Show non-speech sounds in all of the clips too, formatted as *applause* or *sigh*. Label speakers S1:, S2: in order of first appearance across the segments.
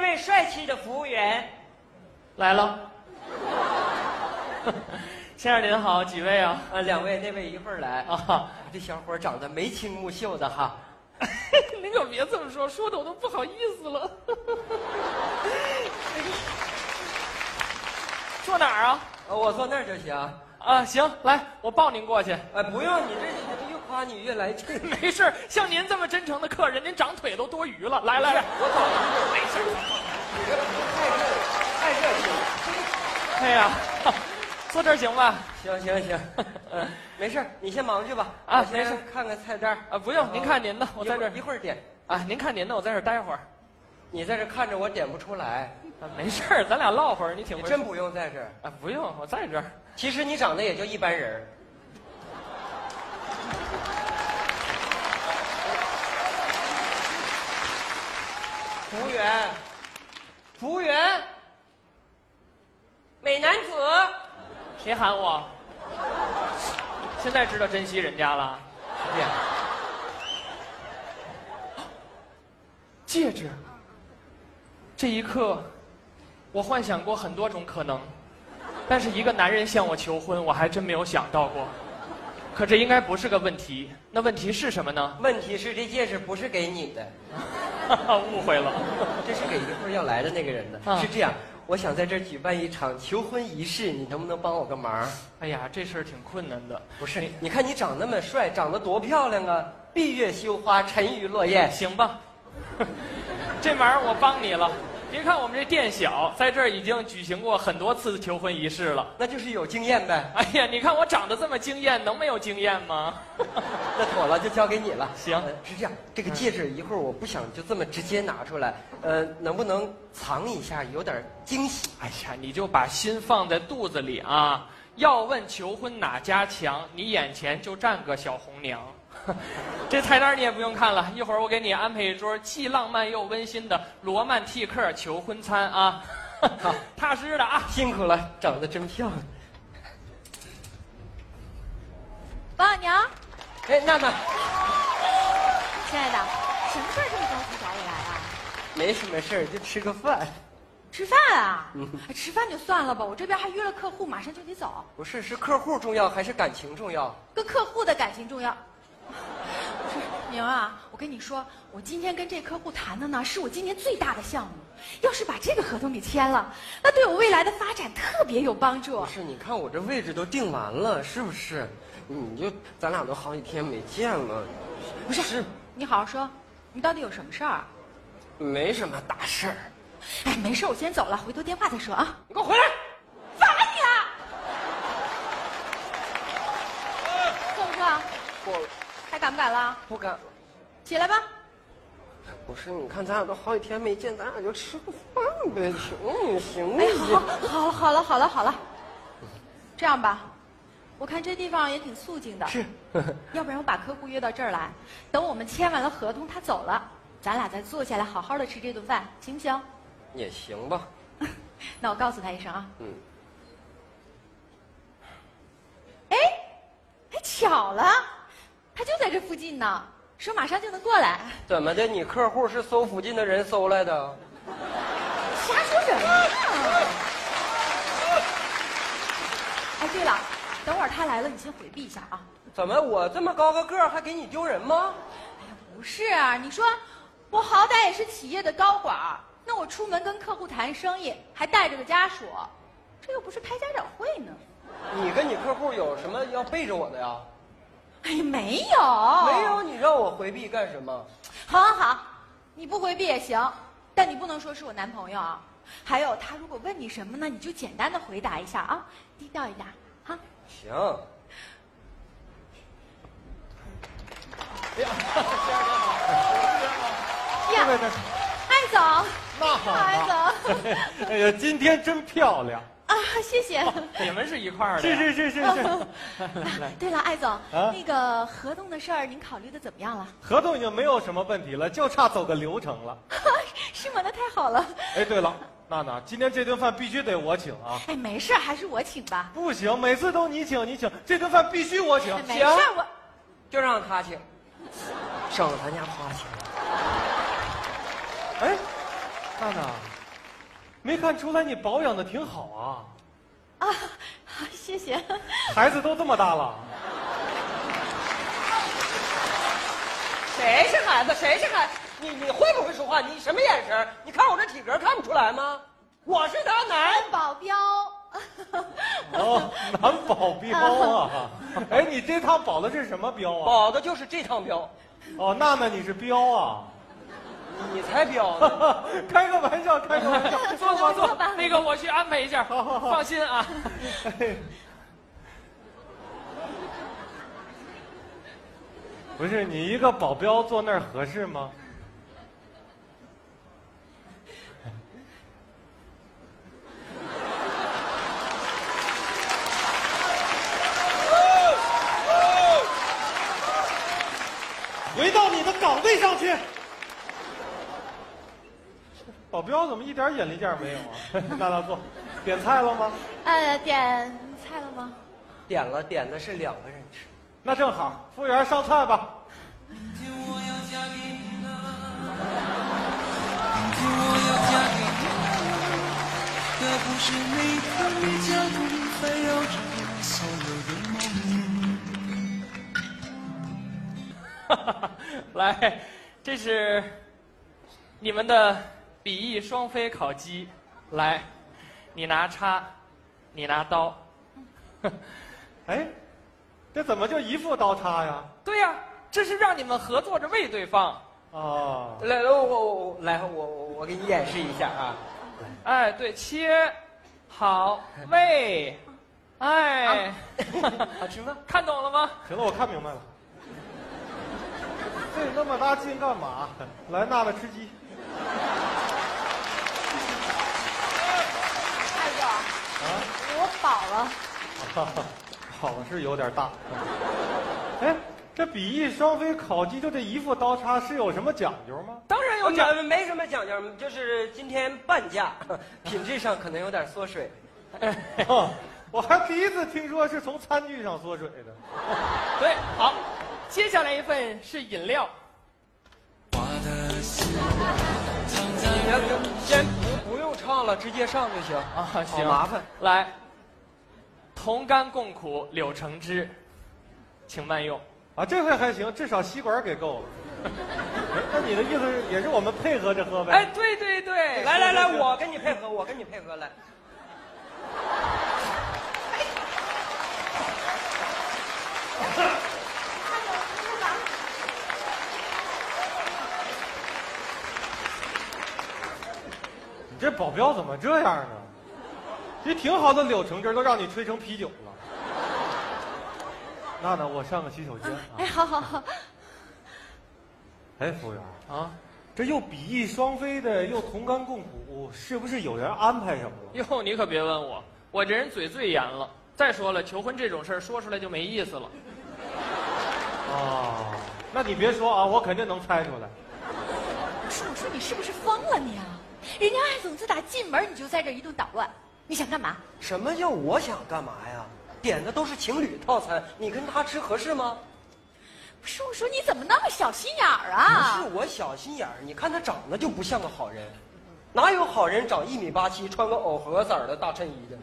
S1: 认着服务员。
S2: 来了。 *laughs* 先生您好，几位啊？
S1: 啊，两位，那位一会儿来啊。
S2: 啊，
S1: 这小伙儿长得眉清目秀的哈。
S2: *laughs* 您可别这么说，说的我都不好意思 *laughs* 了。坐哪儿啊？
S1: 呃我坐那儿就行。
S2: 啊，行，来，我抱您过去。
S1: 哎，不用，你这你越夸你越来劲。
S2: 没事儿，像您这么真诚的客人，您长腿都多余了。来来来，
S1: 我早就没事儿，你这太热，太热
S2: 哎呀，
S1: 情了。
S2: *laughs* 坐这儿行吧？
S1: 行行行，嗯，没事儿，你先忙去吧。
S2: 啊
S1: 我先
S2: 没事儿
S1: 看看菜单儿。
S2: 啊，不用，您看您的，我在这儿
S1: 一会儿点，
S2: 啊，您看您的，我在这儿待会儿。
S1: 你在这看着我点不出来，
S2: 啊，没事儿，咱俩唠会儿，你挺
S1: 你
S2: 会
S1: 真不用在这儿。
S2: 啊，不用，我在这儿。
S1: 其实你长得也就一般人儿。服务员，服务员，美男子，
S2: 谁喊我？现在知道珍惜人家了。
S1: 哎
S2: 戒指，这一刻，我幻想过很多种可能，但是一个男人向我求婚，我还真没有想到过。可这应该不是个问题，那问题是什么呢？ *laughs*
S1: 问题是这戒指不是给你的，
S2: 误会了。 *laughs*
S1: 这是给一会儿要来的那个人的。
S2: 啊
S1: 是这样，我想在这儿举办一场求婚仪式，你能不能帮我个忙？
S2: 哎呀，这事儿挺困难的。
S1: 不是，你看你长那么帅，长得多漂亮啊！闭月羞花，沉鱼落雁。
S2: 哎行吧，这忙我帮你了。别看我们这店小，在这儿已经举行过很多次求婚仪式了。
S1: 那就是有经验呗，
S2: 哎呀，你看我长得这么惊艳，能没有经验吗？ *laughs*
S1: 那妥了，就交给你了。
S2: 行
S1: 呃是这样，这个戒指一会儿我不想就这么直接拿出来，呃，能不能藏一下，有点惊喜？
S2: 哎呀，你就把心放在肚子里啊！要问求婚哪家强，你眼前就站个小红娘。 *laughs* 这菜单你也不用看了，一会儿我给你安排一桌既浪漫又温馨的罗曼蒂克求婚餐啊！ *laughs* 踏实的啊！
S1: 辛苦了，长得真漂亮。
S3: 王小娘，
S1: 哎，娜娜，
S3: 亲爱的，什么事儿这么着急找我来啊？
S1: 没什么事儿，就吃个饭。
S3: 吃饭啊 *laughs*
S1: 嗯？
S3: 哎吃饭就算了吧，我这边还约了客户，马上就得走，
S1: 不是，是客户重要还是感情重要？
S3: 跟客户的感情重要。不是宁儿啊，我跟你说，我今天跟这客户谈的呢，是我今年最大的项目。要是把这个合同给签了，那对我未来的发展特别有帮助
S1: 不。是，你看我这位置都定完了，是不是？你就咱俩都好几天没见了，
S3: 不是你好好说，你到底有什么事儿？啊
S1: 没什么大事儿。
S3: 哎，没事儿，我先走了，回头电话再说啊。
S1: 你给我回来！
S3: 烦你了！够不够？
S1: 我
S3: 还敢不敢了？
S1: 不敢。
S3: 起来吧。
S1: 不是，你看咱俩都好几天没见，咱俩就吃个饭呗，行行不啊
S3: 哎呀，
S1: 行？
S3: 好，好了，好了，好了，好了。这样吧，我看这地方也挺肃静的，
S1: 是，
S3: 要不然我把客户约到这儿来，等我们签完了合同，他走了，咱俩再坐下来好好的吃这顿饭，行不行？
S1: *laughs*
S3: *laughs*
S1: 也行吧。
S3: 那我告诉他一声啊。
S1: 嗯，
S3: 哎，哎，巧了，他就在这附近呢，说马上就能过来。
S1: 怎么的？你客户是搜附近的人搜来的？
S3: 瞎说什么呢？哎，对了，等会儿他来了，你先回避一下啊。
S1: 怎么我这么高个个儿还给你丢人吗？
S3: 哎呀，不是啊，你说我好歹也是企业的高管儿，那我出门跟客户谈生意，还带着个家属，这又不是开家长会呢。
S1: 你跟你客户有什么要背着我的呀？
S3: 哎呀，没有，
S1: 没有，。你让我回避干什么？
S3: 好好好，你不回避也行，但你不能说是我男朋友啊。还有，他如果问你什么呢，你就简单的回答一下啊，低调一点啊。
S1: 行，
S3: 呀，
S4: 对对
S3: 艾总，
S4: 那好啊
S3: 艾总。
S4: *laughs* 哎呀，今天真漂亮！
S3: 啊，谢谢。
S2: 你们是一块儿的
S4: 是
S2: 呀，
S4: 是是
S3: *laughs*
S4: 是是，
S3: 啊对了，艾总，
S4: 啊
S3: 那个合同的事儿您考虑的怎么样了？
S4: 合同已经没有什么问题了，就差走个流程了。
S3: 是吗？那太好了。
S4: 哎，对了，娜娜，今天这顿饭必须得我请啊！
S3: 哎，没事儿，还是我请吧。
S4: 不行，每次都你请你请，这顿饭必须我请
S3: 哎。没事儿，我
S1: 就让他请，省咱家花钱。
S4: 哎，娜娜，没看出来你保养的挺好啊，
S3: 啊， *laughs* 好谢谢。
S4: 孩子都这么大了，
S1: 谁是孩子？谁是孩子？你你会不会说话？你什么眼神？你看我这体格看不出来吗？我是他男
S3: 男保镖。
S4: 哦，
S3: *laughs*
S4: 男保镖啊，哎，你这趟保的是什么镖啊？
S1: 保的就是这趟镖，
S4: 哦，娜娜你是镖啊？ *laughs*
S1: 你才镖呢。
S4: 开个玩笑，开个玩
S3: *laughs*
S4: 笑。
S2: 坐坐
S3: 坐
S2: 坐
S3: 吧，
S2: 那个我去安排一下，
S4: 好好好
S2: 放心啊。 *laughs*
S4: 哎 *laughs* 不是你一个保镖坐那儿合适
S5: *laughs*
S4: 吗？
S5: 回到你的岗位上去。
S4: 保镖怎么一点眼力见儿没有啊？ *laughs* 娜娜坐，点菜了吗？
S3: 呃，点菜了吗？
S1: 点了点的是两个人吃。
S4: 那正好，服务员上菜吧。
S2: 来，这是你们的比翼双飞烤鸡。来，你拿叉，你拿刀。
S4: 哎，这怎么就一副刀叉呀？
S2: 对呀、这是让你们合作着为对方。
S4: 哦，
S1: 来，我我我来，我我我给你演示一下啊。
S2: 哎，对，切，好，喂，哎，
S1: 啊 *laughs* 好吃吗？
S2: *laughs* 看懂了吗？ *laughs*
S4: 行了，我看明白了。费那么大劲干嘛？来，娜娜吃鸡。
S3: 哎呦，我饱了。
S4: 好了，是有点大。哎，这比翼双飞烤鸡就这一副刀叉是有什么讲究吗？
S2: 当然有奖。
S1: 没没什么讲究，就是今天半价， *laughs* 品质上可能有点缩水。
S4: 哦 *laughs* 我还第一次听说是从餐具上缩水的。
S2: 对，好，接下来一份是饮料。
S1: 你要不先不不用唱了，直接上就行。
S2: 啊，
S1: 好
S2: 行，
S1: 麻烦。
S2: 来，同甘共苦，柳橙汁，请慢用。
S4: 啊，这回还行，至少吸管给够了。 *laughs* 哎那你的意思是，也是我们配合着喝呗？
S2: 哎，对对对，
S1: 来来来，
S4: 对对
S1: 我跟你配合，我跟你配合来。
S4: 你这保镖怎么这样呢？这挺好的柳橙汁儿都让你吹成啤酒了。娜娜，我上个洗手间啊。
S3: 哎，好好好，
S4: 哎，服务员，
S2: 啊，
S4: 这又比翼双飞的，又同甘共苦，是不是有人安排什么了？
S2: 哟，你可别问我，我这人嘴最严了。再说了，求婚这种事儿说出来就没意思了。
S4: 哦，那你别说啊，我肯定能猜出来。
S3: 不是我说你是不是疯了你啊？人家艾总自打进门你就在这一顿捣乱，你想干嘛？
S1: 什么叫我想干嘛呀？点的都是情侣套餐，你跟他吃合适吗？
S3: 不是我说你怎么那么小心眼儿
S1: 不
S3: 啊？
S1: 是我小心眼儿，你看他长得就不像个好人，哪有好人长一米八七，穿个藕荷色儿的大衬衣的？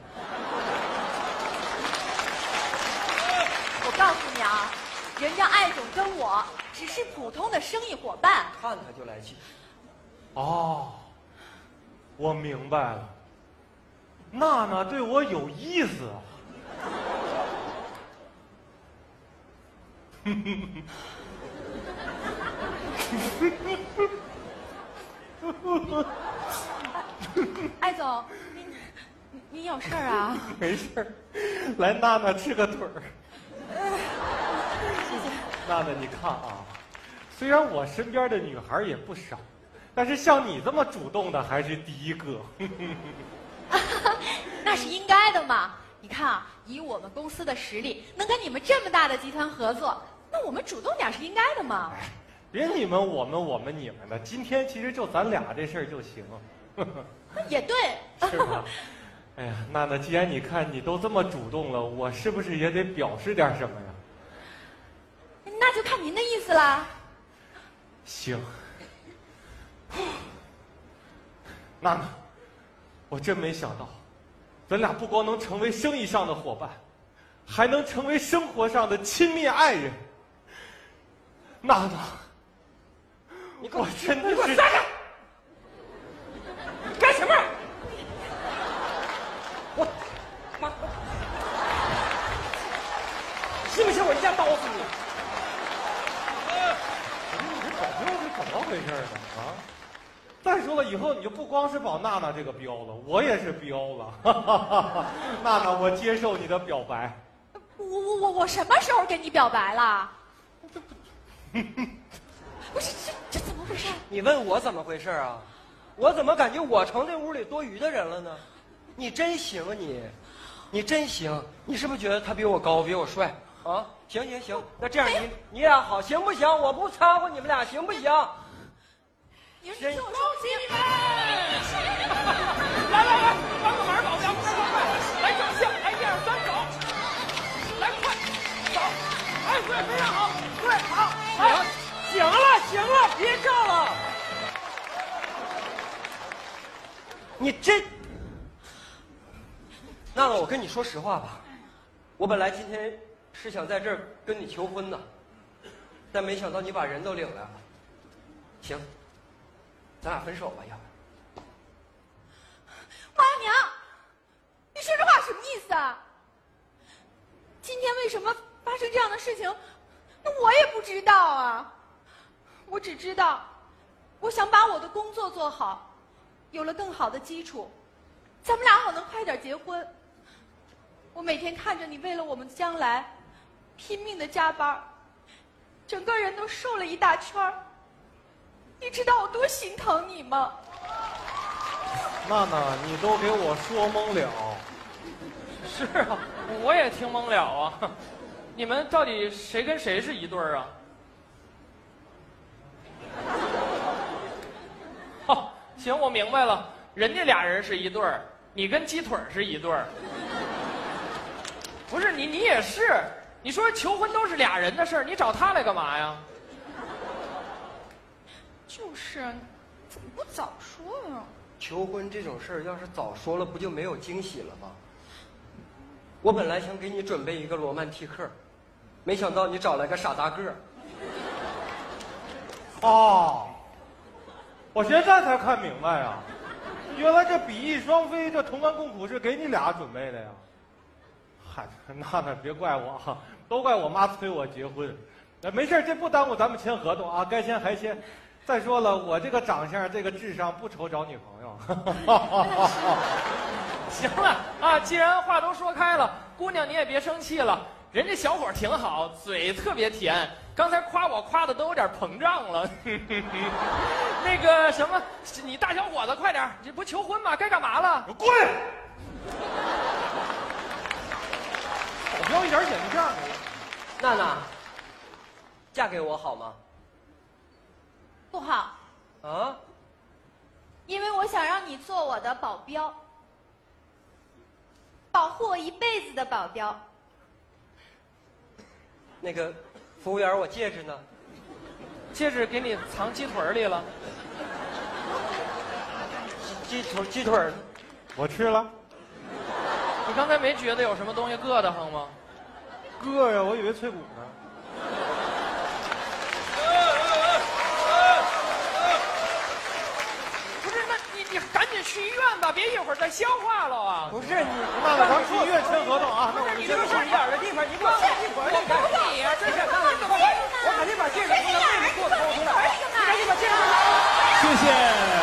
S3: 我告诉你啊，人家艾总跟我只是普通的生意伙伴。
S1: 看他就来气。
S4: 哦，我明白了，娜娜对我有意思啊。
S3: 艾总，你你你有事儿啊？ *laughs*
S4: 没事儿，来娜娜吃个腿儿。娜娜，你看啊，虽然我身边的女孩儿也不少，但是像你这么主动的还是第一个。 *laughs*
S3: 那是应该的嘛。你看啊，以我们公司的实力，能跟你们这么大的集团合作，那我们主动点儿是应该的嘛。
S2: 哎
S4: 别你们我们我们你们的，今天其实就咱俩这事儿就行，
S3: 那也对，
S4: 是吧？ *laughs* 哎呀，娜娜，既然你看你都这么主动了，我是不是也得表示点什么呀？
S3: 那就看您的意思啦。
S4: 行，娜娜，我真没想到，咱俩不光能成为生意上的伙伴，还能成为生活上的亲密爱人。娜娜，
S1: 你给
S4: 我
S1: 我
S4: 真的
S1: 你给我
S4: 是
S1: 撒开！你干什么？我妈！信不信我一下刀死你？
S4: 你这保镖是怎么回事呢？啊！再说了，以后你就不光是保娜娜这个镖了，我也是镖了。 *laughs* 娜娜，我接受你的表白。
S3: 我我我我什么时候跟你表白了？ *laughs* 不是这这怎么回事？
S1: 你问我怎么回事啊？我怎么感觉我成这屋里多余的人了呢？你真行啊你，你真行！你是不是觉得他比我高，比我帅啊？行行行，那这样你你俩好行不行？我不掺和你们俩行不行？
S3: 你说
S1: 人
S3: 你听我说，
S2: 你们！来来来，帮个忙，保镖，快快快，来照相，来一二三，走，来快，走，哎，对，非常好，对，好，
S1: 行，行了行了，别照了。你真……娜娜，我跟你说实话吧，我本来今天是想在这儿跟你求婚的，但没想到你把人都领来了。行，咱俩分手吧，要不
S3: 王阿娘，你说这话什么意思啊？今天为什么发生这样的事情？那我也不知道啊。我只知道，我想把我的工作做好，有了更好的基础，咱们俩好能快点结婚。我每天看着你为了我们的将来拼命的加班儿，整个人都瘦了一大圈儿。你知道我多心疼你吗？
S4: 娜娜，你都给我说懵了。
S2: 是啊，我也听懵了啊， *laughs* 你们到底谁跟谁是一对儿啊？ *laughs* 哦，行，我明白了，人家俩人是一对儿，你跟鸡腿儿是一对儿。不是你，你也是。你说求婚都是俩人的事儿，你找他来干嘛呀？
S3: 就是，怎么不早说啊？
S1: 求婚这种事儿，要是早说了，不就没有惊喜了吗？我本来想给你准备一个罗曼蒂克，没想到你找来个傻大个儿。
S4: 哦，我现在才看明白啊，原来这比翼双飞，这同甘共苦是给你俩准备的呀。嗨，娜娜别怪我 *laughs* 啊，都怪我妈催我结婚。那没事儿，这不耽误咱们签合同啊，该签还签。再说了，我这个长相，这个智商，不愁找女朋友。 *laughs*
S2: 行了啊，既然话都说开了，姑娘你也别生气了，人家小伙儿挺好，嘴特别甜，刚才夸我夸的都有点膨胀了。 *laughs* 那个什么，你大小伙子快点儿，你不求婚吗？该干嘛了？
S5: 滚！
S4: 我不要一点眼力见儿。
S1: 娜娜，嫁给我好吗？
S3: 不好，
S1: 啊？
S3: 因为我想让你做我的保镖，保护我一辈子的保镖。
S1: 那个服务员，我戒指呢？
S2: 戒指给你藏鸡腿儿里了。
S1: 鸡鸡腿鸡腿儿呢？
S4: 我吃了，
S2: 你刚才没觉得有什么东西硌得慌吗？
S4: 哥呀，我以为脆骨呢。
S2: 不是，那你你赶紧去医院吧，别一会儿再消化了啊。
S1: 不是你，
S4: 娜娜，咱们去医院签合同啊。那我
S1: 你这
S4: 们先
S1: 个
S4: 走
S1: 顺眼儿的地方，你给我放鸡腿儿，你赶紧，
S2: 你呀，这
S1: 这
S2: 是
S1: 是娜娜，你快点，我肯定把戒指从他妹妹给我偷出来。
S3: 干嘛呀？
S5: 谢谢。